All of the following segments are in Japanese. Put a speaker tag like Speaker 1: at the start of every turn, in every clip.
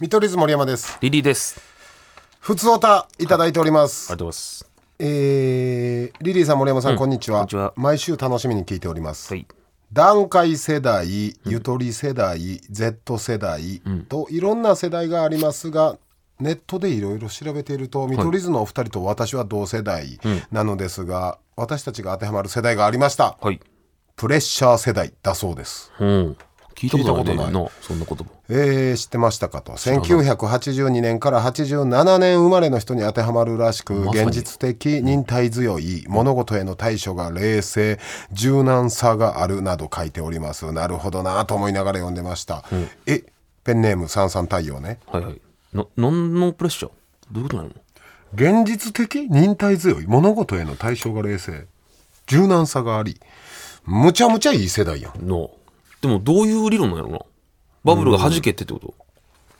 Speaker 1: 見取り図森山です。
Speaker 2: リリーです。
Speaker 1: ふつおたいただいております。
Speaker 2: ありがとうございます。
Speaker 1: えーリリーさん森山さん、こんにちは
Speaker 2: こんにちは
Speaker 1: 毎週楽しみに聞いております。
Speaker 2: はい。
Speaker 1: 段階世代、ゆとり世代、Z 世代といろんな世代がありますが、ネットでいろいろ調べていると、見取り図のお二人と私は同世代なのですが、私たちが当てはまる世代がありました。
Speaker 2: はい。
Speaker 1: プレッシャー世代だそうです。
Speaker 2: うん。聞いた
Speaker 1: 聞いたこ
Speaker 2: ことない
Speaker 1: とない
Speaker 2: ね。な、そんな言葉。
Speaker 1: えー知ってましたかと1982年から87年生まれの人に当てはまるらしく、
Speaker 2: まさに
Speaker 1: 現実的忍耐強い物事への対処が冷静柔軟さがあるなど書いておりますなるほどなと思いながら読んでました、えペンネーム三三太陽ね
Speaker 2: はいはい。な、なんのプレッシャーどういうことなの
Speaker 1: 現実的忍耐強い物事への対処が冷静柔軟さがありむちゃむちゃいい世代やん
Speaker 2: のでも、どういう理論なんやろな。バブルが弾けてってこと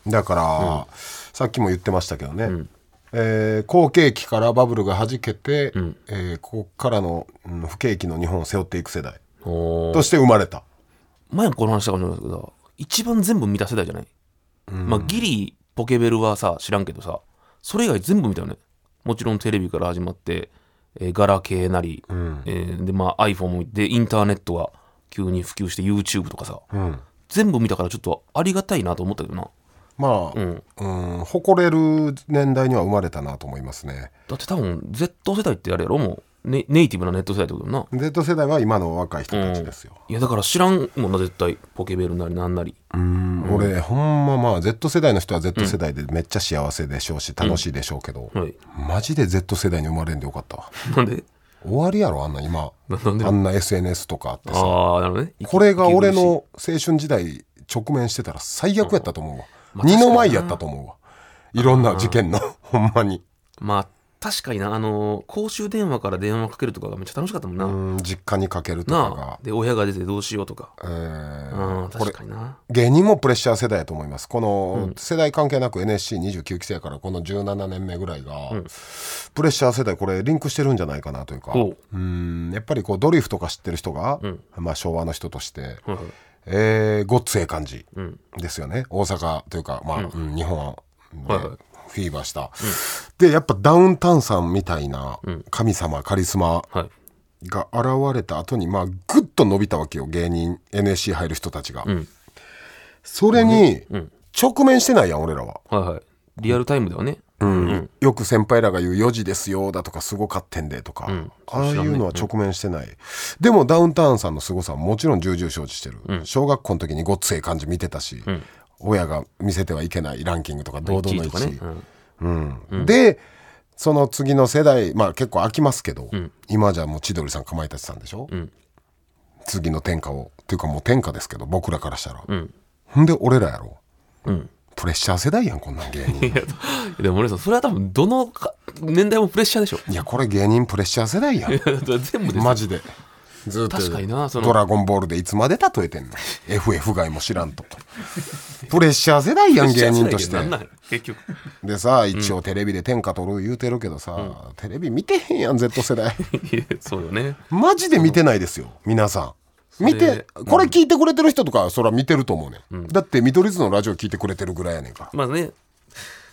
Speaker 1: だから、さっきも言ってましたけどね、えー好景気からバブルがはじけて、えーここからの、うん不景気の日本を背負っていく世代
Speaker 2: おー
Speaker 1: として生まれた
Speaker 2: 前もこの話したかもしれないけどさ、一番全部満た世代じゃないまあ、ギリ、ポケベルはさ、知らんけどさ、それ以外全部見たよね。もちろんテレビから始まって、えーガラケーなり、えーで、まあ、iPhone もで、インターネットが急に普及して YouTube とかさ、全部見たからちょっとありがたいなと思ったけどな。
Speaker 1: まあ、うん誇れる年代には生まれたなと思いますね
Speaker 2: だって多分 Z 世代ってあれやろもうネネイティブなネット世代ってことだよ
Speaker 1: Z 世代は今の若い人たちですよ、
Speaker 2: な。いやだから知らんもんな絶対ポケベルなりなんなり。
Speaker 1: うん俺ほんままあ Z 世代の人は Z 世代でめっちゃ幸せでしょうし、楽しいでしょうけど、
Speaker 2: はい。
Speaker 1: マジで Z 世代に生まれんでよかったわ
Speaker 2: なんで
Speaker 1: 終わりやろあんな今
Speaker 2: なんで
Speaker 1: あんな SNS とかあってさ
Speaker 2: ああなるほどね。
Speaker 1: これが俺の青春時代直面してたら最悪やったと思うわ、二の舞やったと思うわいろんな事件のほんまに
Speaker 2: まあ確かになあのー公衆電話から電話かけるとかがめっちゃ楽しかったもんな。
Speaker 1: うん実家にかけると
Speaker 2: なあ
Speaker 1: か
Speaker 2: で親が出てどうしようとか。
Speaker 1: が、えー
Speaker 2: うん確かにな。
Speaker 1: 芸人もプレッシャー世代やと思いますこの世代関係なく NSC29 期生からこの17年目ぐらいが、プレッシャー世代これリンクしてるんじゃないかなというか
Speaker 2: おう
Speaker 1: うんやっぱりこうドリフとか知ってる人が、まあ、昭和の人として、
Speaker 2: はいはい
Speaker 1: えーごっつええ感じ
Speaker 2: ん
Speaker 1: ですよね、大阪というか、まあうん日本で
Speaker 2: はいはい
Speaker 1: フィーバーした、でやっぱダウンタウンさんみたいな神様カリスマ
Speaker 2: はい。
Speaker 1: が現れた後にまあグッと伸びたわけよ芸人 NSC 入る人たちが、
Speaker 2: ん
Speaker 1: それに直面してないやん俺らは。
Speaker 2: はいはい。リアルタイムではね。
Speaker 1: うんよく先輩らが言う4時ですよだとかすごかってんでとか、ああいうのは直面してない、でもダウンタウンさんの凄さはもちろん重々承知してる、小学校の時にごっつええ感じ見てたし、親が見せてはいけないランキングとか堂々の
Speaker 2: 1
Speaker 1: 1
Speaker 2: 位とか
Speaker 1: 位
Speaker 2: ね。うん
Speaker 1: うんでその次の世代まあ結構飽きますけど、今じゃもう千鳥さんかまいたちさんでしょ、次の天下をっていうかもう天下ですけど僕らからしたら、ほんで俺らやろ
Speaker 2: うん。
Speaker 1: プレッシャー世代やんこんなん芸人
Speaker 2: いやでも俺さそれは多分どのか年代もプレッシャーでしょ。
Speaker 1: いやこれ芸人プレッシャー世代やん
Speaker 2: いやだから全部ですよ
Speaker 1: マジでずっと
Speaker 2: 確かになその
Speaker 1: ドラゴンボール」でいつまで例えてんの FF 外も知らんとプレッシャー世代やん芸人として
Speaker 2: なんなんや結局
Speaker 1: でさ一応テレビで天下取る言うてるけどさ、テレビ見てへんやん Z 世代
Speaker 2: いやそうよね
Speaker 1: マジで見てないですよ皆さん見て
Speaker 2: それ
Speaker 1: これ聞いてくれてる人とかそら見てると思うね、んだって見取り図のラジオ聞いてくれてるぐらいやねんから
Speaker 2: まあね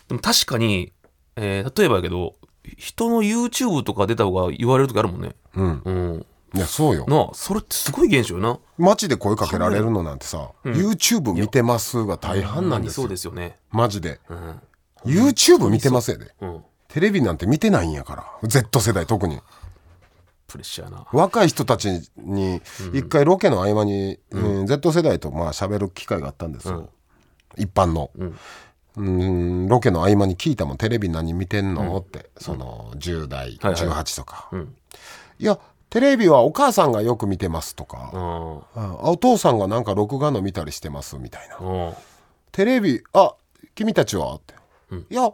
Speaker 2: でも確かに、えー例えばやけど人の YouTube とか出た方が言われる時あるもんねうん、
Speaker 1: いやそうよ
Speaker 2: なあそれってすごい現象よな
Speaker 1: 街で声かけられるのなんてさ、YouTube 見てますが大半なんです
Speaker 2: そう
Speaker 1: よ
Speaker 2: ですよね
Speaker 1: マジで、YouTube 見てますやで、
Speaker 2: うん
Speaker 1: テレビなんて見てないんやから。Z 世代特に。
Speaker 2: プレッシャーな
Speaker 1: 若い人たちに、一回ロケの合間に、うん Z 世代とまあ喋る機会があったんですよ。一般の。うんロケの合間に聞いたもん、テレビ何見てんのって、その、10代、
Speaker 2: はいはい
Speaker 1: 18とか。いや、テレビはお母さんがよく見てますとか、
Speaker 2: あ
Speaker 1: あお父さんがなんか録画の見たりしてますみたいな
Speaker 2: あ。うん
Speaker 1: テレビ「あ君たちは?」って、いや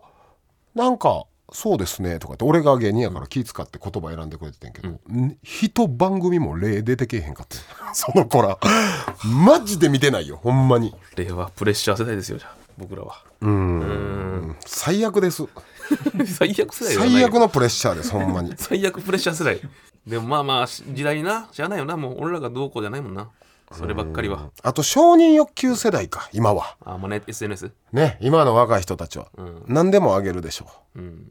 Speaker 1: なんかそうですね」とかって俺が芸人やから気使って言葉選んでくれててんけど、ん一番組も例出てけえへんかって んその子らマジで見てないよほんまに
Speaker 2: これはプレッシャー世代ですよじゃあ僕らは
Speaker 1: 最悪です
Speaker 2: 最悪世代ではない
Speaker 1: 最悪のプレッシャーですほんまに
Speaker 2: 最悪プレッシャー世代でもまあまあし時代にな知らないよなもう俺らがどうこうじゃないもんなそればっかりは
Speaker 1: あと承認欲求世代か今は
Speaker 2: あまあね SNS
Speaker 1: ね今の若い人たちは、何でもあげるでしょ
Speaker 2: うん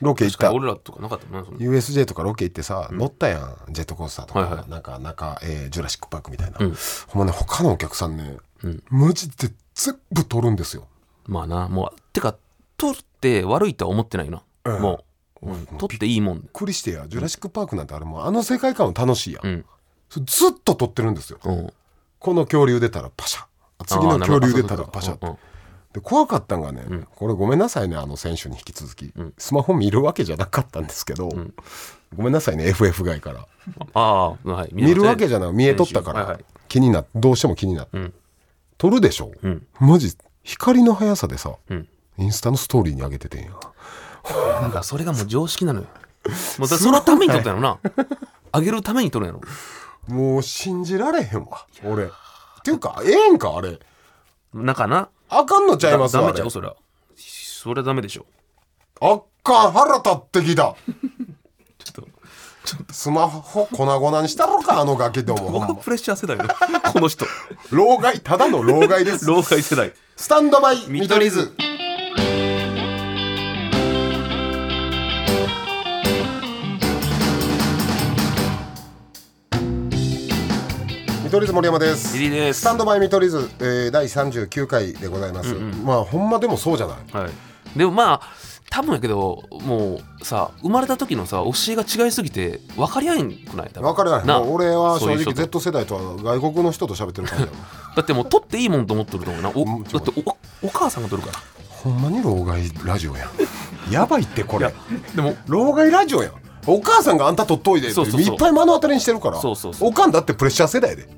Speaker 1: ロケ行っ
Speaker 2: 確か
Speaker 1: た
Speaker 2: に俺らとかなかったもんなそんな
Speaker 1: USJ とかロケ行ってさ、乗ったやんジェットコースターとか、
Speaker 2: はいはい
Speaker 1: なんか中、えージュラシック・パークみたいな、
Speaker 2: うん
Speaker 1: ほんまね他のお客さんね、
Speaker 2: うん
Speaker 1: マジで全部取るんですよ
Speaker 2: まあなもうてか取って悪いとは思ってないな、
Speaker 1: うん
Speaker 2: もう、うん取っていいもんで
Speaker 1: クリしてやジュラシック・パークなんてあれもうあの世界観は楽しいやん、
Speaker 2: うん
Speaker 1: それずっと撮ってるんですよ、
Speaker 2: うん
Speaker 1: この恐竜出たらパシャ次
Speaker 2: あー
Speaker 1: の
Speaker 2: なる
Speaker 1: 恐
Speaker 2: ほど
Speaker 1: 竜出たらパシャって
Speaker 2: うんうん
Speaker 1: で怖かったんがね、これごめんなさいねあの選手に引き続き、スマホ見るわけじゃなかったんですけど、ごめんなさいね FF 外から
Speaker 2: ああはい
Speaker 1: 見るわけじゃない見えとったから、
Speaker 2: はいはい
Speaker 1: 気になどうしても気になって、
Speaker 2: ん
Speaker 1: 撮るでしょ、
Speaker 2: ん
Speaker 1: マジ光の速さでさ、
Speaker 2: ん
Speaker 1: インスタのストーリーに上げててんや
Speaker 2: なんかそれがもう常識なのよ。 もうだそのために撮ったんやろな。あげるために撮るんやろ。
Speaker 1: もう信じられへんわ俺っていうかええんかあれ
Speaker 2: なんかな。
Speaker 1: あかんのちゃい
Speaker 2: だ
Speaker 1: ます
Speaker 2: ダ
Speaker 1: あ
Speaker 2: メち
Speaker 1: れ
Speaker 2: ゃうそれは。それはダメでしょ。
Speaker 1: あっかん腹立ってきた
Speaker 2: ちょっと、
Speaker 1: スマホ粉々にしたろかあのガキども
Speaker 2: 僕
Speaker 1: ほ
Speaker 2: は
Speaker 1: んま
Speaker 2: プレッシャー世代よ。 この人。
Speaker 1: 老害ただの老害です
Speaker 2: 老害世代。
Speaker 1: スタンドバイ見
Speaker 2: 見
Speaker 1: 取り
Speaker 2: 取り
Speaker 1: 図
Speaker 2: 図
Speaker 1: 見取り図森山です
Speaker 2: リリーで
Speaker 1: ス
Speaker 2: す。
Speaker 1: タン
Speaker 2: は
Speaker 1: ドバイ見取り図、えー、第39回でございます、まあほんまでもそうじゃない
Speaker 2: い。でもまあ、多分やけど、もうさ、生まれた時のさ、教えが違いすぎて、分かり合えんくない多分
Speaker 1: 分からない
Speaker 2: な
Speaker 1: もう俺は正
Speaker 2: そういう
Speaker 1: 直
Speaker 2: 人と
Speaker 1: Z 世代とは外国の人と喋ってる感じ だもん
Speaker 2: だってもう撮っていいもんと思っとると思うな。
Speaker 1: う
Speaker 2: お
Speaker 1: ん
Speaker 2: だっておお母さんが撮るから。
Speaker 1: ほんまに老害ラジオや んやばいってこれ
Speaker 2: でも、
Speaker 1: 老害ラジオやんお母さんがあんたとっといでって
Speaker 2: そうそうそう
Speaker 1: いっぱい目の当たりにしてるから
Speaker 2: そうそうそう
Speaker 1: おかんだってプレッシャー世代で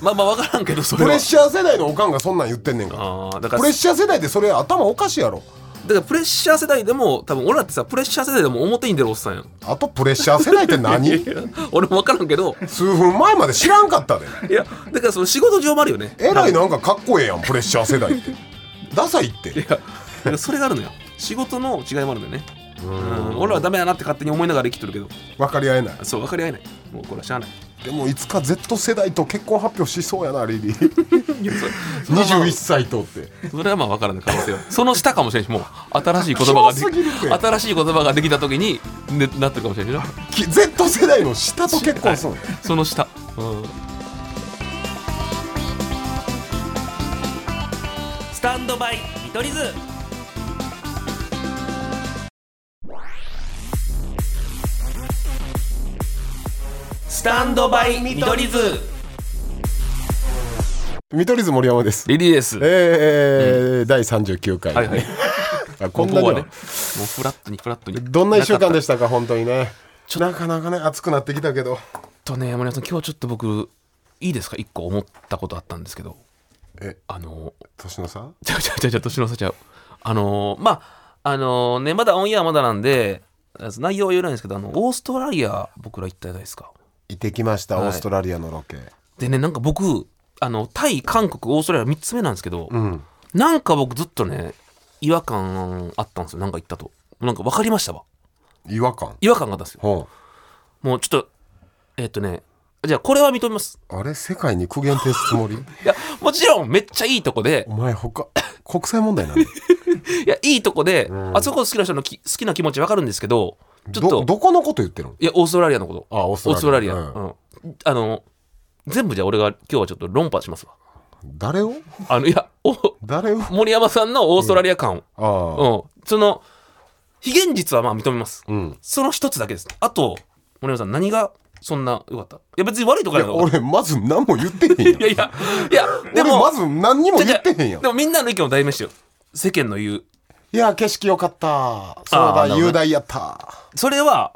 Speaker 2: まあまあ分からんけど、そ
Speaker 1: プ
Speaker 2: れ
Speaker 1: レ
Speaker 2: は
Speaker 1: ッ。シャー世代のおかんがそんなん言ってんねんから
Speaker 2: ああ、だから
Speaker 1: プレッシャー世代でそれ頭おかしいやろ
Speaker 2: だからプレッシャー世代でも多分俺らってさプレッシャー世代でも表に出るおっさんやん
Speaker 1: あとプレッシャー世代って何
Speaker 2: 俺も分からんけど
Speaker 1: 数分前まで知らんかったで
Speaker 2: いやだからその仕事上もあるよね
Speaker 1: えらい
Speaker 2: 多
Speaker 1: なんかかっこええやんプレッシャー世代ってダサいって
Speaker 2: 分いやだからそれがあるのよ仕事の違いもあるんだよねうん俺らはダメだなって勝手に思いながら生きとるけど
Speaker 1: 分かり合えない
Speaker 2: そう分かり合えないもうこれはしゃあ ない
Speaker 1: でもいつか Z 世代と結婚発表しそうやなリリ ー
Speaker 2: いやそそれはまあ
Speaker 1: 21歳とって
Speaker 2: それはまあ分からない可能性はその下かもしれんしもう新しい言葉が
Speaker 1: 広
Speaker 2: で
Speaker 1: すぎるって
Speaker 2: き新しい言葉ができた時に、ね、なってるかもしれんしな
Speaker 1: き Z 世代の下と結婚するの
Speaker 2: その下うんスタンドバイ見取り図スタンドバイ見取り図
Speaker 1: 見取り図森山です
Speaker 2: リリーです
Speaker 1: えー第39回、
Speaker 2: はいはい
Speaker 1: あこんな
Speaker 2: ここ
Speaker 1: には
Speaker 2: はねもうフラットにフラットに
Speaker 1: どんな1週間で
Speaker 2: し
Speaker 1: したか本当にねなかなかね暑くなってきたけど
Speaker 2: たとね山根さん今日ちょっと僕いいですか一個思ったことあったんですけど
Speaker 1: え
Speaker 2: あの
Speaker 1: 年の差
Speaker 2: ちゃうちゃうちゃうちゃう、年の差ちゃう。あのーまあ、あのーね、まだオンエアまだなんで、内容は言えないんですけど、あの、オーストラリア、僕ら行ったじゃないですか。
Speaker 1: 行ってきました、
Speaker 2: はい
Speaker 1: オーストラリアのロケ
Speaker 2: でね、なんか僕、あの、タイ、韓国、オーストラリア3つ目なんですけど、
Speaker 1: うん
Speaker 2: なんか僕ずっとね、違和感あったんですよ。なんか行ったと。なんか分かりましたわ。
Speaker 1: 違和感
Speaker 2: 違和感があったんですよ。
Speaker 1: ほ
Speaker 2: もうちょっと、えっとね、じゃあこれは認めます。
Speaker 1: うあれ世界に苦言呈すつも り
Speaker 2: いや、もちろんめっちゃいいとこで
Speaker 1: お、前他国際問題なの
Speaker 2: いや、いいとこで、
Speaker 1: ん
Speaker 2: あそこ好きな人のき好きな気持ち分かるんですけど、ちょっと
Speaker 1: ど、どこのこと言ってるの
Speaker 2: いや、オーストラリアのこと。
Speaker 1: あオーストラリア
Speaker 2: うんあの、全部じゃあ俺が今日はちょっと論破しますわ。
Speaker 1: 誰を
Speaker 2: あの、いや、お
Speaker 1: 誰を
Speaker 2: 森山さんのオーストラリア感
Speaker 1: ああ
Speaker 2: を。うん。その、非現実はまあ認めます。
Speaker 1: うん
Speaker 2: その一つだけです。あと、森山さん、何がそんな良かったいや、別に悪いとこ
Speaker 1: い
Speaker 2: や
Speaker 1: や
Speaker 2: か
Speaker 1: 俺まず何も言ってへんやん
Speaker 2: いやいや、いや、で
Speaker 1: 俺
Speaker 2: も、
Speaker 1: まず何にも
Speaker 2: じ
Speaker 1: 言
Speaker 2: ゃ
Speaker 1: っ
Speaker 2: じ
Speaker 1: て
Speaker 2: ゃ
Speaker 1: へんやん
Speaker 2: でもみんなの意見を代弁してよ。世間の言う。
Speaker 1: いや景色良かったそう
Speaker 2: あーなる
Speaker 1: だ
Speaker 2: ほど
Speaker 1: 雄大やった
Speaker 2: それは、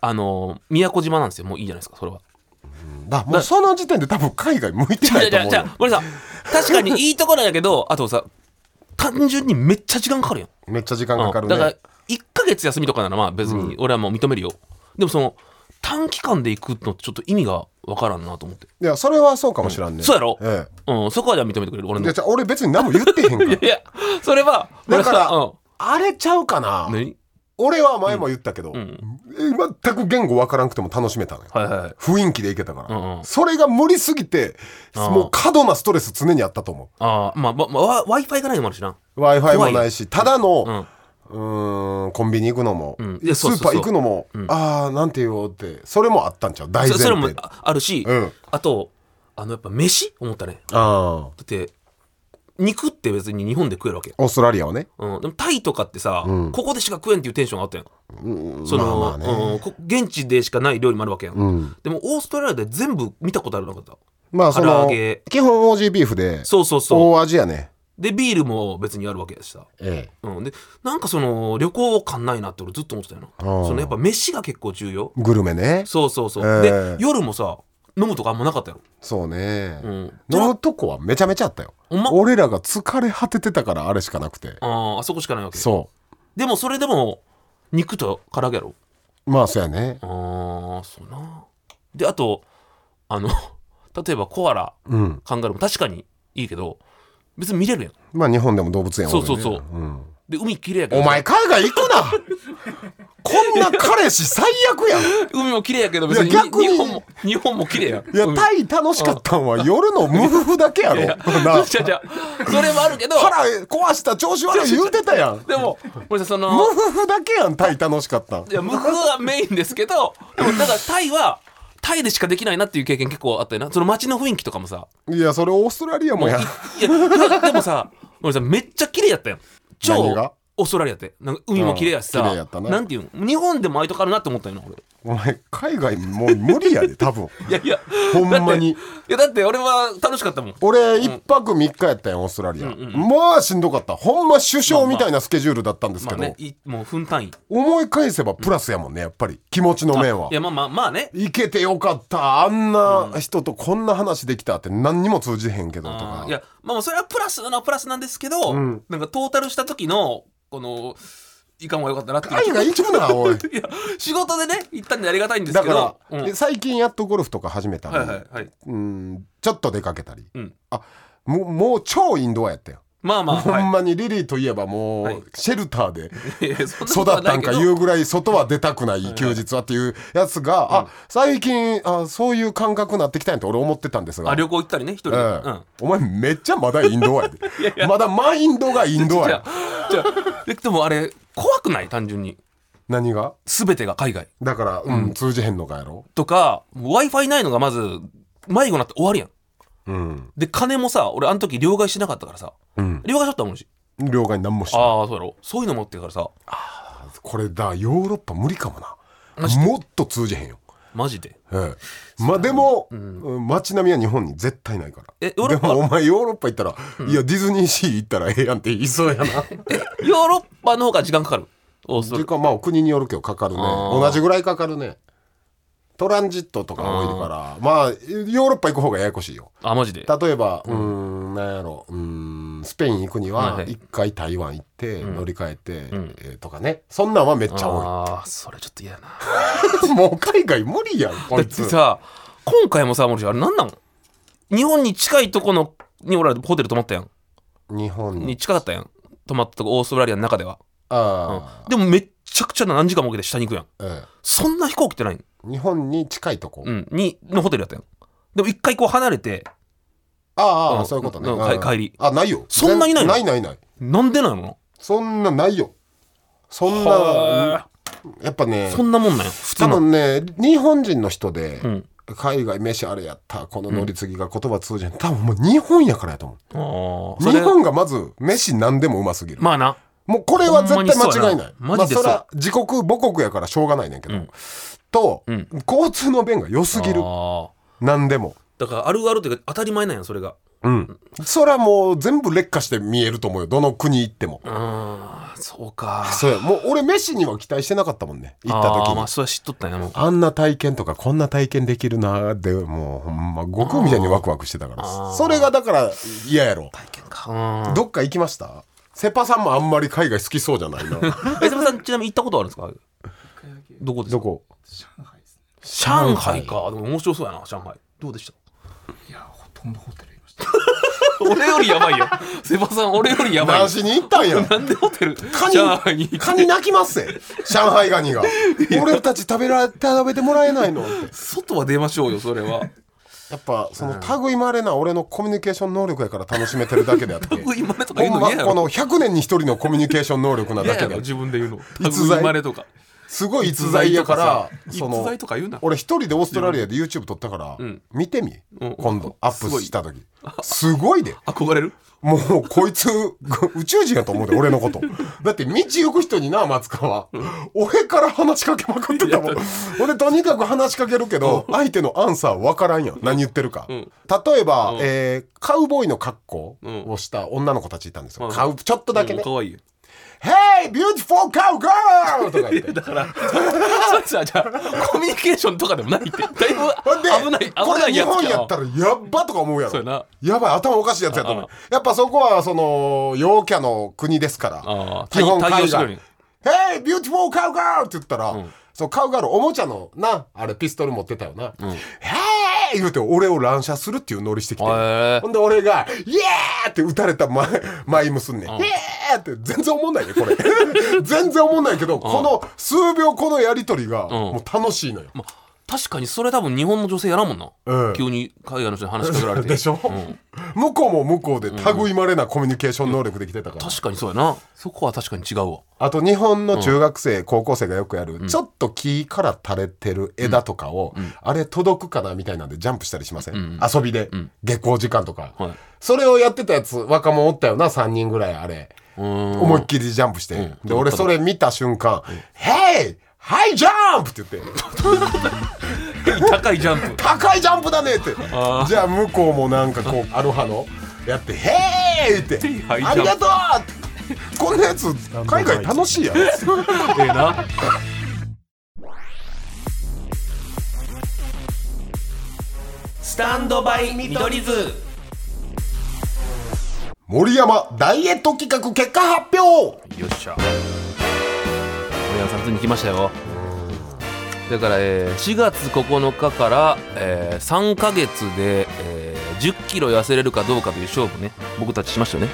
Speaker 2: あの、宮古島なんですよ。もういいじゃないですか、それは。
Speaker 1: だもうその時点で多分海外向いて
Speaker 2: じゃ
Speaker 1: な
Speaker 2: あ
Speaker 1: い
Speaker 2: じ
Speaker 1: と
Speaker 2: ゃ
Speaker 1: 思
Speaker 2: あ
Speaker 1: うよ
Speaker 2: じゃあ森さん確かにいいとこなんやけ どあとさ単純にめっちゃ時間かかるやん、
Speaker 1: めっちゃ時間かかる
Speaker 2: だから
Speaker 1: ね
Speaker 2: 1ヶ月休みとかならまあ別に俺はもう認めるよ、でもその短期間で行くのってちょっと意味がわからんなと思って、
Speaker 1: いやそれはそうかもしらんね
Speaker 2: そうやろ、
Speaker 1: え
Speaker 2: うん、そこはじゃあ認めてくれる俺
Speaker 1: えい
Speaker 2: の
Speaker 1: や
Speaker 2: い
Speaker 1: じゃあ俺別に何も言ってへんから
Speaker 2: やそれは
Speaker 1: だから
Speaker 2: 俺は
Speaker 1: あれちゃうかな
Speaker 2: うん、何
Speaker 1: 俺は前も言ったけど、全く言語わからんくても楽しめたのよ、
Speaker 2: はいはいはい
Speaker 1: 雰囲気でいけたから、
Speaker 2: うんうん
Speaker 1: それが無理すぎて
Speaker 2: あー
Speaker 1: もう過度なストレス常にあったと思
Speaker 2: ああまあまあ、まあ、w i f i がないのもあるしな
Speaker 1: う w i f i
Speaker 2: 怖
Speaker 1: も
Speaker 2: い
Speaker 1: ないしただの、
Speaker 2: うん
Speaker 1: うーんコンビニ行くのも、
Speaker 2: んいや
Speaker 1: ス
Speaker 2: そう
Speaker 1: ー
Speaker 2: そ
Speaker 1: パ
Speaker 2: うそう
Speaker 1: ー行くのも、ああなんて言おうってそれもあったんちゃう大前
Speaker 2: そそれも
Speaker 1: 提あ
Speaker 2: ああるし、
Speaker 1: うん
Speaker 2: あとあのやっぱ飯思ったね
Speaker 1: あ
Speaker 2: だって肉って別に日本で食えるわけ、
Speaker 1: オーストラリアはね
Speaker 2: うん、でもタイとかってさ、ここでしか食えんっていうテンションがあったやんその、
Speaker 1: まあまあね
Speaker 2: うんこ現地でしかない料理もあるわけやん、
Speaker 1: うん
Speaker 2: でもオーストラリアで全部見たことあるなかった
Speaker 1: まあそ
Speaker 2: 唐揚
Speaker 1: の
Speaker 2: げ
Speaker 1: 基本オージービーフで
Speaker 2: そうそうそう
Speaker 1: 大味やね
Speaker 2: でビールも別にあるわけやしさ、
Speaker 1: ええ
Speaker 2: うん、でなんかその旅行感ないなって俺ずっと思ってたよ
Speaker 1: あ
Speaker 2: な
Speaker 1: ー
Speaker 2: そのやっぱ飯が結構重要
Speaker 1: グルメね
Speaker 2: そうそうそう、
Speaker 1: えー
Speaker 2: で夜もさ飲むとかあんまなかったよ、
Speaker 1: そうね、
Speaker 2: うん、
Speaker 1: 飲むとこはめちゃめちゃあったよ、
Speaker 2: ほんま
Speaker 1: 俺らが疲れ果ててたからあれしかなくて
Speaker 2: あーあそこしかないわけ
Speaker 1: そ
Speaker 2: でもそれでも肉と唐揚げやろ
Speaker 1: うまあそうやね
Speaker 2: ああそうなであとあの 例えばコアラ
Speaker 1: うん
Speaker 2: カンガルーも確かにいいけど別に見れるやん
Speaker 1: まあ日本でも動物園多いよね
Speaker 2: そうそうそ
Speaker 1: ん
Speaker 2: で海綺麗やけど
Speaker 1: お前海外行くな こんな彼氏最悪やんい
Speaker 2: 海も綺麗やけど別に
Speaker 1: いや逆に
Speaker 2: 日本も日本も綺麗やん
Speaker 1: や
Speaker 2: 海
Speaker 1: タイ楽しかったんは夜の無夫婦だけやろ
Speaker 2: いや
Speaker 1: な
Speaker 2: じゃじゃそれもあるけど
Speaker 1: 腹壊した調子悪い言うてたやん
Speaker 2: でも森田さんそ
Speaker 1: 無
Speaker 2: の
Speaker 1: 夫婦だけやんタイ楽しかったん
Speaker 2: いや無風はメインですけどでもだからタイはタイでしかできないなっていう経験結構あったよなその街の雰囲気とかもさ
Speaker 1: いやそれオーストラリアもや
Speaker 2: いやいやでもさ森田さんめっちゃ綺麗やったやん超
Speaker 1: 何が
Speaker 2: オーストラリアってなんか海も綺麗やしさ
Speaker 1: うん綺麗やったな
Speaker 2: なんていうの日本でもああいうとこあるなって思ったよな俺
Speaker 1: お前海外もう無理やで多分
Speaker 2: いやいや
Speaker 1: ほんまに
Speaker 2: だっていやだって俺は楽しかったもん
Speaker 1: 俺一泊三日やったやんオーストラリア、まあしんどかったほんま首相みたいなスケジュールだったんです
Speaker 2: ま
Speaker 1: け
Speaker 2: あ
Speaker 1: ど、
Speaker 2: ねいもう分単位
Speaker 1: 思い返せばプラスやもんねやっぱり気持ちの面はい
Speaker 2: やまあまあまあね
Speaker 1: 行けてよかったあんな人とこんな話できたって何にも通じへんけどと
Speaker 2: あ
Speaker 1: か
Speaker 2: ーいやまあまあそれはプラスのプラスなんですけど、なんかトータルした時のこのいかんは良かったなっていう
Speaker 1: 海外行くなお い
Speaker 2: いや仕事でね行ったんでありがたいんです
Speaker 1: だ
Speaker 2: けど
Speaker 1: か
Speaker 2: う
Speaker 1: ら、
Speaker 2: ん
Speaker 1: で最近やっとゴルフとか始めたんで、
Speaker 2: はいはいはい
Speaker 1: うんちょっと出かけたり、
Speaker 2: うん
Speaker 1: あもうもう超インドアやったよ、
Speaker 2: まあまあ、
Speaker 1: ほん
Speaker 2: は
Speaker 1: まにリリーといえばもう、
Speaker 2: はい
Speaker 1: シェルターで
Speaker 2: い、いや
Speaker 1: 育
Speaker 2: そなことは
Speaker 1: った
Speaker 2: ない
Speaker 1: ん
Speaker 2: け
Speaker 1: か
Speaker 2: ど
Speaker 1: 言うぐらい外は出たくない休日はっていうやつが、あ最近あそういう感覚になってきたんやと俺思ってたんですが
Speaker 2: あ旅行行ったりね一人で、
Speaker 1: ええお前めっちゃまだインドアや でまだマインドがインド
Speaker 2: うん
Speaker 1: ア
Speaker 2: じゃ
Speaker 1: や
Speaker 2: あじゃあででもあれ怖くない単純に
Speaker 1: 何が
Speaker 2: 全てが海外
Speaker 1: だから、うん通じへんのかやろ
Speaker 2: とか w i f i ないのがまず迷子になって終わるやん
Speaker 1: うん、
Speaker 2: で金もさ俺あの時両替しなかったからさ
Speaker 1: うん、
Speaker 2: 両替しとったもんし
Speaker 1: 両替何もしてない
Speaker 2: ああそうやろそういうの持ってるからさ
Speaker 1: これだヨーロッパ無理かもな
Speaker 2: マジで
Speaker 1: もっと通じへんよ
Speaker 2: マジで
Speaker 1: ええ、まあでも、うん街並みは日本に絶対ないから
Speaker 2: えヨーロッパ
Speaker 1: でもお前ヨーロッパ行ったら、いやディズニーシー行ったらええやんって言いそうやな
Speaker 2: ヨーロッパの方が時間かかるオースト
Speaker 1: てい
Speaker 2: ラ
Speaker 1: う
Speaker 2: リ
Speaker 1: かまあ国によるけどかかるね
Speaker 2: あー
Speaker 1: 同じぐらいかかるねトランジットとか多いからまあヨーロッパ行く方がややこしいよ
Speaker 2: アあマジで
Speaker 1: 例えばうーんなんやろうーんスペイン行くに
Speaker 2: はい
Speaker 1: は
Speaker 2: はい
Speaker 1: 一回台湾行って乗り換えて、
Speaker 2: ん
Speaker 1: えーとかねそんなんはめっちゃ多
Speaker 2: ああそれちょっと嫌やな
Speaker 1: いもう海外無理やん こ
Speaker 2: だっ
Speaker 1: い
Speaker 2: て
Speaker 1: つ
Speaker 2: さ今回もさ森氏あれなんなん日本に近いとこのに俺らホテル泊まったやん
Speaker 1: 日本
Speaker 2: に
Speaker 1: に
Speaker 2: 近かったやん泊まったとこオーストラリアの中では、
Speaker 1: あ
Speaker 2: でもめっちゃくちゃな何時間もかけて下に行くやん
Speaker 1: あ、え
Speaker 2: そんな飛行機ってないん、
Speaker 1: え日本に近いとこ、
Speaker 2: うん、にのホテルやったやんでも一回こう離れて
Speaker 1: あああ
Speaker 2: う
Speaker 1: あ
Speaker 2: ん
Speaker 1: そういうことね、
Speaker 2: うん
Speaker 1: ああ
Speaker 2: か帰り
Speaker 1: あないよ
Speaker 2: そんなにないの
Speaker 1: ないないない
Speaker 2: なんでなの
Speaker 1: そんなないよそんな
Speaker 2: は
Speaker 1: やっぱね
Speaker 2: そんなもんなんや普通
Speaker 1: 多
Speaker 2: の
Speaker 1: 分ね日本人の人で、
Speaker 2: うん
Speaker 1: 海外飯あれやったこの乗り継ぎが言葉通じない、多分もう日本やからやと思
Speaker 2: あー
Speaker 1: う
Speaker 2: そ
Speaker 1: 日
Speaker 2: れ
Speaker 1: 本がまず飯何でもうますぎる、
Speaker 2: まあな
Speaker 1: もうこれは絶対間違いない
Speaker 2: ほんまにそうやなマジでそう
Speaker 1: まあ、そら自国母国やからしょうがないねんけど、と、
Speaker 2: ん
Speaker 1: 交通の便が良すぎる
Speaker 2: あー
Speaker 1: 何でも
Speaker 2: だからあるあるというか当たり前なんやそれが
Speaker 1: うんそらもう全部劣化して見えると思うよどの国行っても
Speaker 2: うーんそうか
Speaker 1: そうやもう俺飯には期待してなかったもんね行った時
Speaker 2: あー
Speaker 1: に
Speaker 2: まあ
Speaker 1: あ
Speaker 2: それは知っとったんやもう
Speaker 1: あんな体験とかこんな体験できるなーでもうほんま悟空みたいにワクワクしてたから
Speaker 2: あー
Speaker 1: それがだから嫌やろ
Speaker 2: 体験かうん
Speaker 1: どっか行きましたセパさんもあんまり海外好きそうじゃないな。
Speaker 2: 江島さんちなみに行ったことあるんですかどこです
Speaker 1: ど
Speaker 2: か
Speaker 1: こ
Speaker 3: 上海ですね
Speaker 2: 上海かでも面白そうやな上海どうでした
Speaker 3: いやほとんどホテルいました
Speaker 2: 俺よりやば いよセバさん俺よりやばいよ
Speaker 1: 何しに行ったんや
Speaker 2: なんでホテル
Speaker 1: カ
Speaker 2: 上海に
Speaker 1: ニカニ泣きますぜ上海ガニが俺たち食べら食べてもらえないのって
Speaker 2: 外は出ましょうよそれ は
Speaker 1: やっぱその類まれな俺のコミュニケーション能力やから楽しめてるだけであ って
Speaker 2: 類まれとか
Speaker 1: ほ
Speaker 2: 言うんの
Speaker 1: ま
Speaker 2: 嫌や
Speaker 1: こ
Speaker 2: ろ
Speaker 1: の100年に1人のコミュニケーション能力な
Speaker 2: 嫌
Speaker 1: だけ
Speaker 2: やろ
Speaker 1: で
Speaker 2: 自分で言うの
Speaker 1: 逸材
Speaker 2: 類まれとか
Speaker 1: すごい逸材やから
Speaker 2: 逸
Speaker 1: その
Speaker 2: 材とか言うな
Speaker 1: 俺一人でオーストラリアで YouTube 撮ったから見てみ
Speaker 2: うん
Speaker 1: 今度アップした時すごいで
Speaker 2: 憧れる
Speaker 1: もうこいつ宇宙人やと思うで俺のことだって道行く人にな松川俺から話しかけまくってたもん俺とにかく話しかけるけど相手のアンサー分からんやん何言ってるか
Speaker 2: ん
Speaker 1: 例えばえーカウボーイの格好
Speaker 2: うん
Speaker 1: をした女の子たちいたんですよ
Speaker 2: うん
Speaker 1: カウちょっとだけね
Speaker 2: かわいいよ
Speaker 1: Hey, beautiful cowgirl! とか言って。
Speaker 2: だからそれさじゃあコミュニケーションとかでもないってだいぶ
Speaker 1: ほんで
Speaker 2: 危ない
Speaker 1: こ
Speaker 2: 危な
Speaker 1: れ
Speaker 2: い
Speaker 1: 日
Speaker 2: やつ
Speaker 1: 本
Speaker 2: か
Speaker 1: やったらやっばとか思うや
Speaker 2: そうや
Speaker 1: ろ
Speaker 2: な
Speaker 1: やばい頭おかしいやつやった
Speaker 2: ああ
Speaker 1: ねやっぱそこはその陽キャの国ですか
Speaker 2: ああ
Speaker 1: ら基本海
Speaker 2: 対対応して
Speaker 1: 外
Speaker 2: るよ
Speaker 1: Hey, beautiful cowgirl! って言ったら、そのカウガールおもちゃのなあれピストル持ってたよな、Hey! 言うて俺を乱射するっていうノリしてきて、
Speaker 2: へえ
Speaker 1: ほんで俺が「イエー!」って打たれたマイマイムすんねん「イエー!」って全然思んないねこれ 全然思んないけどこの数秒このやり取りがもう楽しいのよ、
Speaker 2: まあ確かにそれ多分日本の女性やらんもんな、
Speaker 1: うん
Speaker 2: 急に海外の人に話しかけられ て
Speaker 1: でしょ、
Speaker 2: うん
Speaker 1: 向こうも向こうで類まれなコミュニケーション能力できてたから、
Speaker 2: 確かにそうやなそこは確かに違うわ
Speaker 1: あと日本の中学生、高校生がよくやる、ちょっと木から垂れてる枝とかを、あれ届くかなみたいなんでジャンプしたりしません、遊びで、下校時間とか、
Speaker 2: はい
Speaker 1: それをやってたやつ若者おったよな3人ぐらいあれ、
Speaker 2: うーん
Speaker 1: 思いっきりジャンプして、で俺それ見た瞬間「Hey! ハイジャンプ!」って言って
Speaker 2: 高いジャン
Speaker 1: 「
Speaker 2: プ
Speaker 1: 高いジャンプだね!」って
Speaker 2: あ
Speaker 1: じゃあ向こうもなんかこうアロハのやって「Hey!」って 「
Speaker 2: ハイジ
Speaker 1: あ
Speaker 2: ャンプ
Speaker 1: りがとう!」ってこんなやつ海外楽しいやん
Speaker 2: ええなスタンドバイ見取り図
Speaker 1: 森山ダイエット企画結果発表
Speaker 2: よっしゃ森山さんついに来ましたよだから、えー4月9日から、えー3ヶ月で、え1 0キロ痩せれるかどうかという勝負ね僕たちしましたよね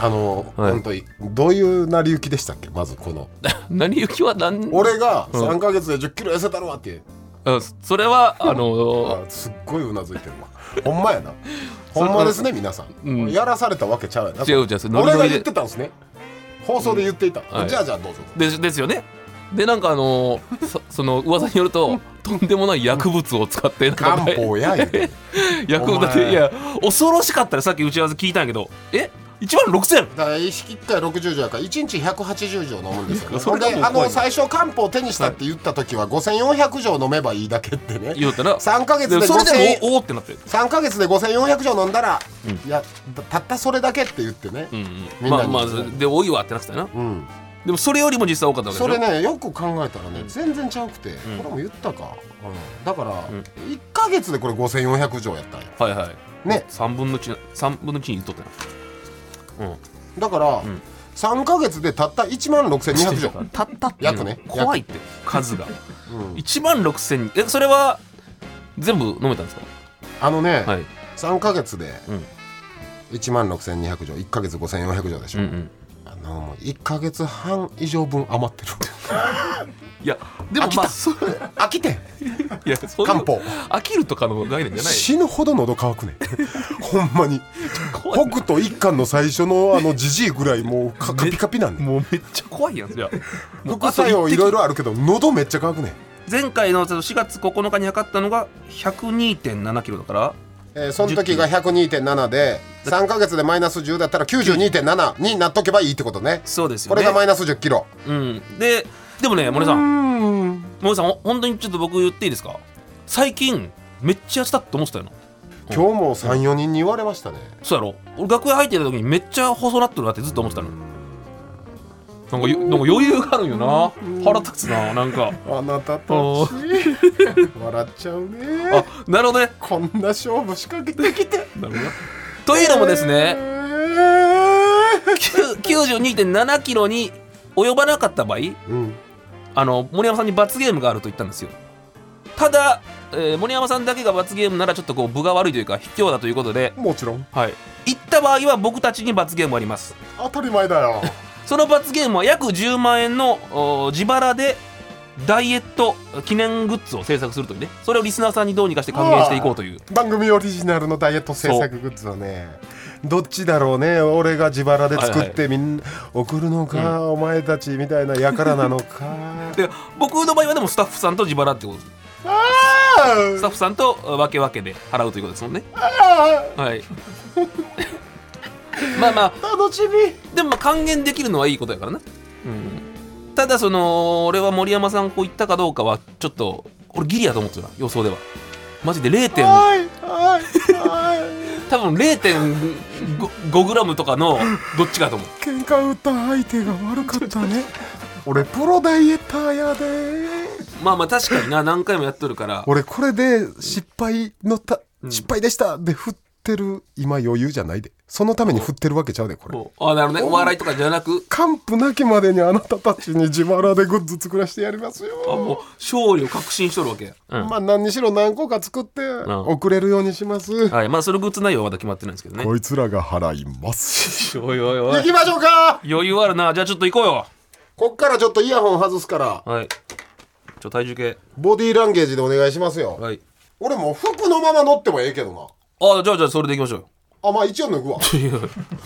Speaker 1: あの、
Speaker 2: はい
Speaker 1: 本当にどういう成り行きでしたっけまずこの
Speaker 2: 成り行きは何
Speaker 1: 俺が3か月で1 0キロ痩せたるわって、
Speaker 2: あそれはあの
Speaker 1: あすっごいうなずいてるわほんま やなほんまですね皆さん、
Speaker 2: うん
Speaker 1: やらされたわけちゃうやな
Speaker 2: 違う違うそれノリ
Speaker 1: 俺
Speaker 2: ノリで
Speaker 1: が言ってたんですね放送で言っていた、
Speaker 2: はい
Speaker 1: じゃあじゃあどうぞ
Speaker 2: でですよねでなんかあのーそ その噂によるととんでもない薬物を使ってなんか
Speaker 1: 漢方や言うて
Speaker 2: 薬物だっ
Speaker 1: お
Speaker 2: て
Speaker 1: 前
Speaker 2: いや恐ろしかったらさっき打ち合わせ聞いたんやけどえ一1万6000円
Speaker 1: だから意識1回60錠やから1日180錠飲むんですよね
Speaker 2: そ
Speaker 1: そ
Speaker 2: れ
Speaker 1: れ
Speaker 2: が
Speaker 1: で
Speaker 2: もう
Speaker 1: あ
Speaker 2: 怖い
Speaker 1: の最初漢方を手にしたって言った時は5400錠飲めばいいだけってね
Speaker 2: 言うたら
Speaker 1: 3ヶ月で
Speaker 2: でそれでも
Speaker 1: 5000
Speaker 2: おおーってなって
Speaker 1: 3ヶ月で5400錠飲んだら、いやたたったそれだけって言ってね、
Speaker 2: うんうん
Speaker 1: みん
Speaker 2: ま
Speaker 1: な
Speaker 2: あ
Speaker 1: に
Speaker 2: まあで多いわってなってたよな
Speaker 1: うん
Speaker 2: でもそれよりも実際多かったわけでし
Speaker 1: そ
Speaker 2: ょ
Speaker 1: れねよく考えたらね、全然ちゃうくて、これも言ったか、うんだから、1か月でこれ5400錠やったんよ
Speaker 2: はいはい
Speaker 1: ね
Speaker 2: 3分の1三分の1に言っとったな
Speaker 1: だから、3か月でたった1万6200錠
Speaker 2: うんたったっていう
Speaker 1: 約ね
Speaker 2: 怖いって数が
Speaker 1: うん
Speaker 2: 1万6000えそれは全部飲めたんですか
Speaker 1: あのね、
Speaker 2: はい
Speaker 1: 3か月で
Speaker 2: うん
Speaker 1: 1万6200錠1か月5400錠でしょ、
Speaker 2: うんうん
Speaker 1: あのもう1か月半以上分余 ってる
Speaker 2: いやでもまあそれ
Speaker 1: 飽きてん
Speaker 2: いやそういう
Speaker 1: 漢方
Speaker 2: 飽きるとかの概念じゃない
Speaker 1: 死ぬほど喉乾く ねほんまに
Speaker 2: 怖い
Speaker 1: 北斗一巻の最初のあのじじいぐらいもう カカピカピなんで
Speaker 2: もうめっちゃ怖いやんじゃあもう
Speaker 1: 副作用いろいろあるけど喉めっちゃ乾くね
Speaker 2: 前回の4月9日に測ったのが102.7キロだから
Speaker 1: えーその時が102.7で3ヶ月でマイナス10だったら92.7になっとけばいいってことね
Speaker 2: そうですよ
Speaker 1: こ
Speaker 2: ね
Speaker 1: れがマイナス1 0キロ
Speaker 2: うんででもね森さ
Speaker 1: うんん
Speaker 2: 森さんほ本当にちょっと僕言っていいですか最近めっちゃ痩せたって思ってたよな
Speaker 1: 今日も34人に言われましたね
Speaker 2: そうやろ俺楽屋入ってた時にめっちゃ細なってるなってずっと思ってたのなんかよなんか余裕があるんよな腹立つななんか
Speaker 1: あなたたち
Speaker 2: お
Speaker 1: 笑っちゃうね
Speaker 2: あなるほどね
Speaker 1: こんな勝負仕掛けてきて
Speaker 2: なるほどねというのもですね、
Speaker 1: えー
Speaker 2: 92.7キロに及ばなかった場合
Speaker 1: うん
Speaker 2: あの森山さんに罰ゲームがあると言ったんですよただえー森山さんだけが罰ゲームならちょっとこう分が悪いというか卑怯だということで、
Speaker 1: もちろん
Speaker 2: はい、行った場合は僕たちに罰ゲームあります
Speaker 1: 当たり前だ よ
Speaker 2: その罰ゲームは約10万円のおー自腹でダイエット記念グッズを制作するというねそれをリスナーさんにどうにかして還元していこうという
Speaker 1: 番組オリジナルのダイエット制作グッズはねどっちだろうね俺が自腹で作ってみんな送るのか、お前たちみたいなやからなの か
Speaker 2: で僕の場合はでもスタッフさんと自腹ってことです
Speaker 1: あ
Speaker 2: スタッフさんと分け分けで払うということですもんね
Speaker 1: あ
Speaker 2: はい まあまあ
Speaker 1: 楽しみ
Speaker 2: でもまあ還元できるのはいいことやからな、うん、ただその俺は森山さんこう言ったかどうかはちょっと俺ギリやと思ってたな予想ではマジで0点
Speaker 1: はいはいはい
Speaker 2: 多分0.5グラムとかのどっちかと思う
Speaker 1: 喧嘩打った相手が悪かった ね俺プロダイエッターやで
Speaker 2: まあまあ確かにな何回もやっとるから
Speaker 1: 俺これで失敗のた、失敗でしたで振ってる今余裕じゃないでそのために振ってるわけちゃうでこれ
Speaker 2: こうあなるほどねお笑いとかじゃなく
Speaker 1: 完膚なきまでにあなたたちに自腹でグッズ作らせてやります
Speaker 2: あ
Speaker 1: よ
Speaker 2: もう勝利を確信しとるわけや、うん
Speaker 1: まあ何にしろ何個か作って
Speaker 2: ん
Speaker 1: 送れるようにします、
Speaker 2: はいまあそのグッズ内容はまだ決まってないんですけどね
Speaker 1: こいつらが払います
Speaker 2: おいおいお
Speaker 1: 行
Speaker 2: い
Speaker 1: きましょうか
Speaker 2: 余裕あるなじゃあちょっと行こうよ
Speaker 1: こっからちょっとイヤホン外すから
Speaker 2: はいちょ体重計
Speaker 1: ボディーランゲージでお願いしますよ、
Speaker 2: はい
Speaker 1: 俺もう服のまま乗ってもええけどな
Speaker 2: あじゃあじゃあそれでいきましょうよ
Speaker 1: あまあ一応脱ぐわ
Speaker 2: いや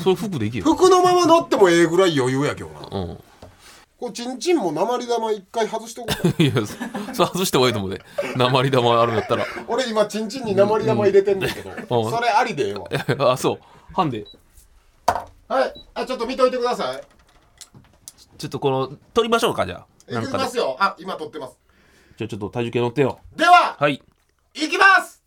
Speaker 2: それ服でいけよ、
Speaker 1: 服のまま乗ってもええぐらい余裕やけどな
Speaker 2: うん、
Speaker 1: こうチンチンも鉛玉一回外しとこう
Speaker 2: いやそそれ外した方がいいと思うで鉛玉あるんやったら
Speaker 1: 俺今チンチンに鉛玉入れてんだけど、
Speaker 2: うん
Speaker 1: それありでええわ
Speaker 2: あそうハンデ
Speaker 1: はいあちょっと見といてください
Speaker 2: ちょっとこの取りましょうかじゃあ
Speaker 1: 行
Speaker 2: なん
Speaker 1: き
Speaker 2: かで
Speaker 1: ますよあ今撮ってます
Speaker 2: じゃあちょっと体重計乗ってよ
Speaker 1: では
Speaker 2: はい
Speaker 1: 行きます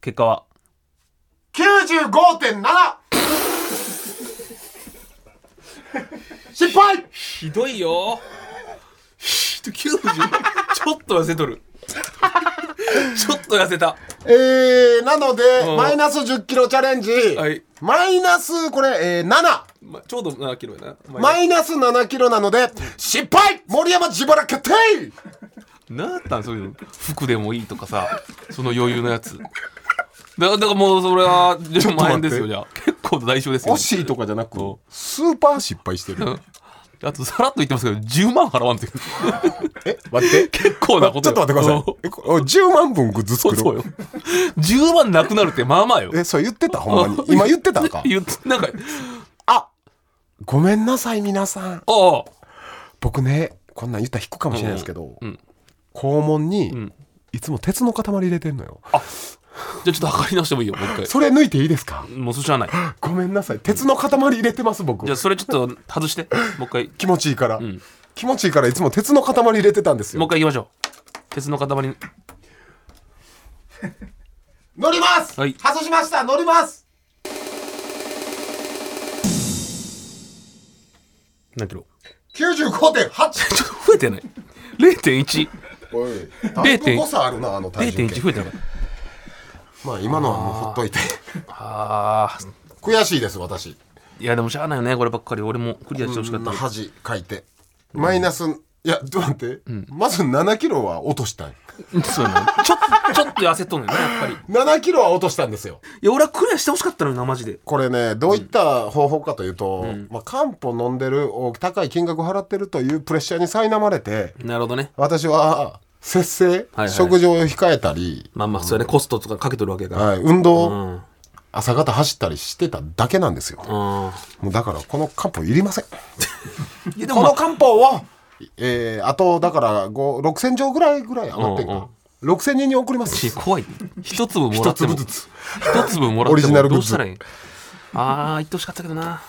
Speaker 2: 結果は
Speaker 1: 95.7 失敗
Speaker 2: ひどいよ90ちょっと痩せとるちょっと痩せた
Speaker 1: えー、なので、
Speaker 2: うん
Speaker 1: マイナス10キロチャレンジ、
Speaker 2: はい
Speaker 1: マイナスこれ、えー、7
Speaker 2: まちょうど7キロやな
Speaker 1: マイナス7キロなので失敗森山自腹決定
Speaker 2: なんやったんそういうの服でもいいとかさその余裕のやつだだからもうそれはでも万円ですよじゃあ結構代償ですよ
Speaker 1: 惜しいとかじゃなく
Speaker 2: そ
Speaker 1: スーパー失敗してる
Speaker 2: あとさらっと言ってますけど10万払わんという
Speaker 1: え待って
Speaker 2: 結構なこと
Speaker 1: ちょっと待ってくださいえこ10万分グッズ
Speaker 2: そ
Speaker 1: 作
Speaker 2: う
Speaker 1: る
Speaker 2: そうよ10万なくなるってまあまあよ
Speaker 1: えそれ言ってたほんまに今言ってたんか
Speaker 2: 言っなんか
Speaker 1: あごめんなさい皆さん
Speaker 2: あ
Speaker 1: 僕ねこんなん言ったら引くかもしれないですけど、
Speaker 2: うん
Speaker 1: 肛門に
Speaker 2: ん
Speaker 1: いつも鉄の塊入れてんのよ、
Speaker 2: あじゃあちょっと測り直してもいいよもう一
Speaker 1: それ抜いていいですか
Speaker 2: 回もうそしゃあない
Speaker 1: ごめんなさい鉄の塊入れてます僕
Speaker 2: じゃあそれちょっと外してもう一回
Speaker 1: 気持ちいいから、
Speaker 2: ん
Speaker 1: 気持ちいいからいつも鉄の塊入れてたんです
Speaker 2: もう
Speaker 1: よ
Speaker 2: 一回行きましょう鉄の塊
Speaker 1: 乗ります
Speaker 2: はい
Speaker 1: 外しました乗ります
Speaker 2: 何キロ
Speaker 1: 95.8
Speaker 2: ちょっと増えてない0.1
Speaker 1: おいだいぶ誤差あるなあの体重計
Speaker 2: 0.1増えてなかった
Speaker 1: まあ今のはもうほっといて
Speaker 2: あー
Speaker 1: 悔しいです私
Speaker 2: いやでもしゃあないよねこればっかり俺もクリアしてほし
Speaker 1: こ
Speaker 2: かっ
Speaker 1: ん
Speaker 2: た
Speaker 1: な恥かいてマイナスいやちょっと待って、まず7キロは落としたん
Speaker 2: そうやなちょっとちょっと痩せとんのよねやっぱりい
Speaker 1: 7キロは落としたんですよ
Speaker 2: や俺はクリアしてほしかったのよなマジで
Speaker 1: これねどういった方法かというと、まあ、漢方飲んでるお高い金額払ってるというプレッシャーに苛まれて
Speaker 2: なるほどね
Speaker 1: 私は節制、
Speaker 2: はい
Speaker 1: 食事を控えたり、
Speaker 2: まあまあそうやねコストとかかけとるわけやから
Speaker 1: はい、運動、
Speaker 2: うん
Speaker 1: 朝方走ったりしてただけなんですよ、
Speaker 2: あ
Speaker 1: もうだからこの漢方いりません
Speaker 2: ーいやでも
Speaker 1: こ
Speaker 2: まあ
Speaker 1: の漢方を、えーあとだから5 6000錠ぐらいぐらい余ってん
Speaker 2: うん
Speaker 1: か、6000人に送ります
Speaker 2: いや怖い一粒もらって
Speaker 1: 一粒
Speaker 2: も
Speaker 1: ずつ
Speaker 2: 一粒もら
Speaker 1: オ
Speaker 2: っ
Speaker 1: リ
Speaker 2: て
Speaker 1: ジナ
Speaker 2: も
Speaker 1: ルグッ
Speaker 2: どう
Speaker 1: ズ
Speaker 2: したらいいんああ言ってほしかったけどな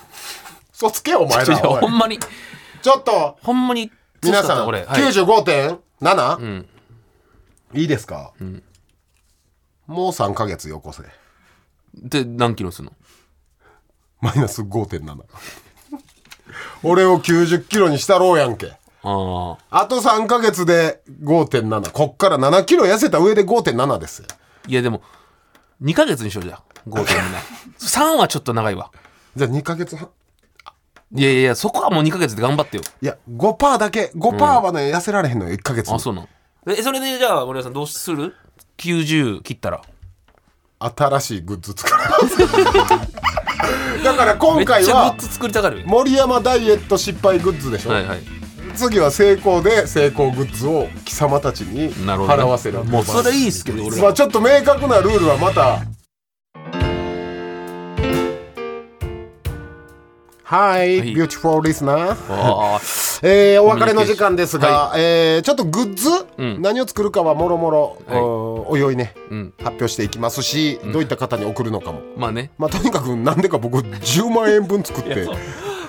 Speaker 1: そつけお前
Speaker 2: いや
Speaker 1: らおい
Speaker 2: ほんまに
Speaker 1: ちょっと
Speaker 2: ほんまに
Speaker 1: 皆さん
Speaker 2: 俺、はい、
Speaker 1: 95.7、
Speaker 2: ん
Speaker 1: いいですか、もう3ヶ月よこせ
Speaker 2: で何キロするの
Speaker 1: マイナス5.7俺を90キロにしたろうやんけ
Speaker 2: ああ
Speaker 1: あと3ヶ月で5.7こっから7キロ痩せた上で5.7ですよ
Speaker 2: いやでも2ヶ月にしようじゃん5.7 3はちょっと長いわ
Speaker 1: じゃあ2ヶ月半あ
Speaker 2: いやいやいやそこはもう2ヶ月で頑張ってよ
Speaker 1: いや5%だけ5%はね、痩せられへんのよ1ヶ月に
Speaker 2: あそうなのえそれでじゃあ森田さんどうする ?90 切ったら
Speaker 1: 新しいグッズ作らますだから今
Speaker 2: めっちゃ
Speaker 1: 回
Speaker 2: グ
Speaker 1: は
Speaker 2: ッズ作りたがるよ
Speaker 1: 森山ダイエット失敗グッズでしょ、
Speaker 2: はいはい
Speaker 1: 次は成功で成功グッズを貴様たちに
Speaker 2: なるほどね
Speaker 1: 払わせる
Speaker 2: もうそれいいっすけど俺
Speaker 1: まあ
Speaker 2: ら
Speaker 1: ちょっと明確なルールはまたはい、
Speaker 2: い
Speaker 1: beautiful listener
Speaker 2: ああ
Speaker 1: えーお別れの時間ですが、えーちょっとグッズ、
Speaker 2: うん
Speaker 1: 何を作るかはもろもろ
Speaker 2: はい
Speaker 1: おおいおいね
Speaker 2: うん
Speaker 1: 発表していきますし、どういった方に送るのかも
Speaker 2: まあね
Speaker 1: まあとにかくなんでか僕10万円分作っ
Speaker 2: いや
Speaker 1: て
Speaker 2: そう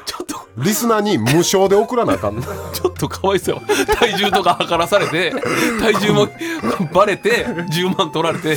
Speaker 2: ちょっと
Speaker 1: リスナーに無償で送らなあかん
Speaker 2: ちょっとかわいそう体重とか測らされて体重もバレて10万取られて、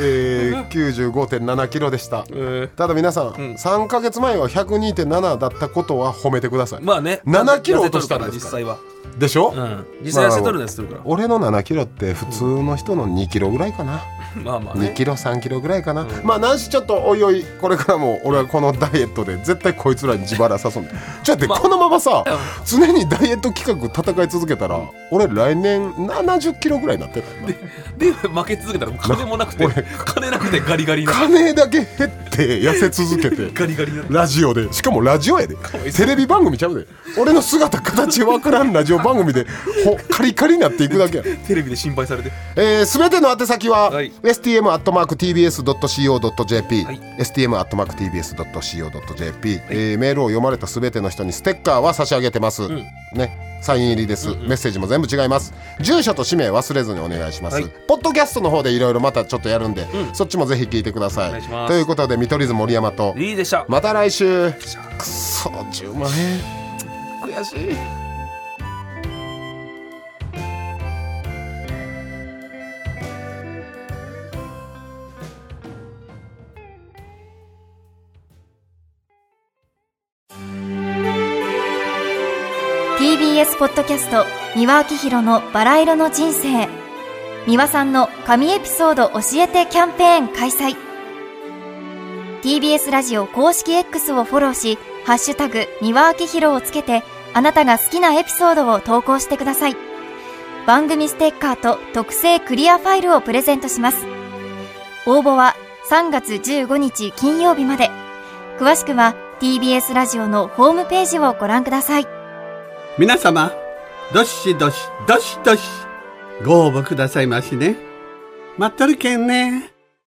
Speaker 1: えー、95.7キロでした
Speaker 2: えー
Speaker 1: ただ皆さん、3か月前は102.7だったことは褒めてください、
Speaker 2: まあね
Speaker 1: 7キロ
Speaker 2: 痩せ
Speaker 1: 落と
Speaker 2: とる
Speaker 1: し
Speaker 2: か
Speaker 1: た
Speaker 2: ら
Speaker 1: ん
Speaker 2: 実
Speaker 1: ですか
Speaker 2: 際は、
Speaker 1: でしょ、
Speaker 2: うん、実際痩せとるのやつとるから、
Speaker 1: 俺の7キロって普通の人の2キロぐらいかな、
Speaker 2: まあまあ
Speaker 1: 2
Speaker 2: ね
Speaker 1: キロ3キロぐらいかな、まあなんしちょっとおいおいこれからも俺はこのダイエットで絶対こいつらに自腹誘うんでちょっと待って、
Speaker 2: まあ
Speaker 1: このままさ常にダイエット企画戦い続けたら俺来年70キロぐらいになってたよな
Speaker 2: で負け続けたらもう金も なくて
Speaker 1: 俺
Speaker 2: 金なくてガリガリな
Speaker 1: 金だけ減って痩せ続け て
Speaker 2: ガリガリな
Speaker 1: ラジオでしかもラジオやでテレビ番組ちゃうで俺の姿形わからんラジオ番組でほカリカリになっていくだけや
Speaker 2: テレビで心配されて
Speaker 1: えー、全ての宛先は、
Speaker 2: はい
Speaker 1: stm.tbs.co.jp、
Speaker 2: はい
Speaker 1: stm.tbs.co.jp、えーメールを読まれた全ての人にステッカーは差し上げてます、ねサイン入りです、メッセージも全部違います住所と氏名忘れずにお願いします、
Speaker 2: はい
Speaker 1: ポッドキャストの方でいろいろまたちょっとやるんで、そっちもぜひ聞いてください
Speaker 2: お願いします
Speaker 1: ということで見取り図森山と
Speaker 2: いいでした
Speaker 1: また来週くそ10万円悔しい
Speaker 3: ー TBS ポッドキャスト三輪明宏のバラ色の人生三輪さんの神エピソード教えてキャンペーン開催 TBS ラジオ公式 X をフォローし「ハッシュタグ三輪明宏」をつけてあなたが好きなエピソードを投稿してください番組ステッカーと特製クリアファイルをプレゼントします応募は3月15日金曜日まで詳しくは TBS ラジオのホームページをご覧ください
Speaker 4: 皆様、どしどし、どしどし、ご応募くださいましね。待っとるけんね。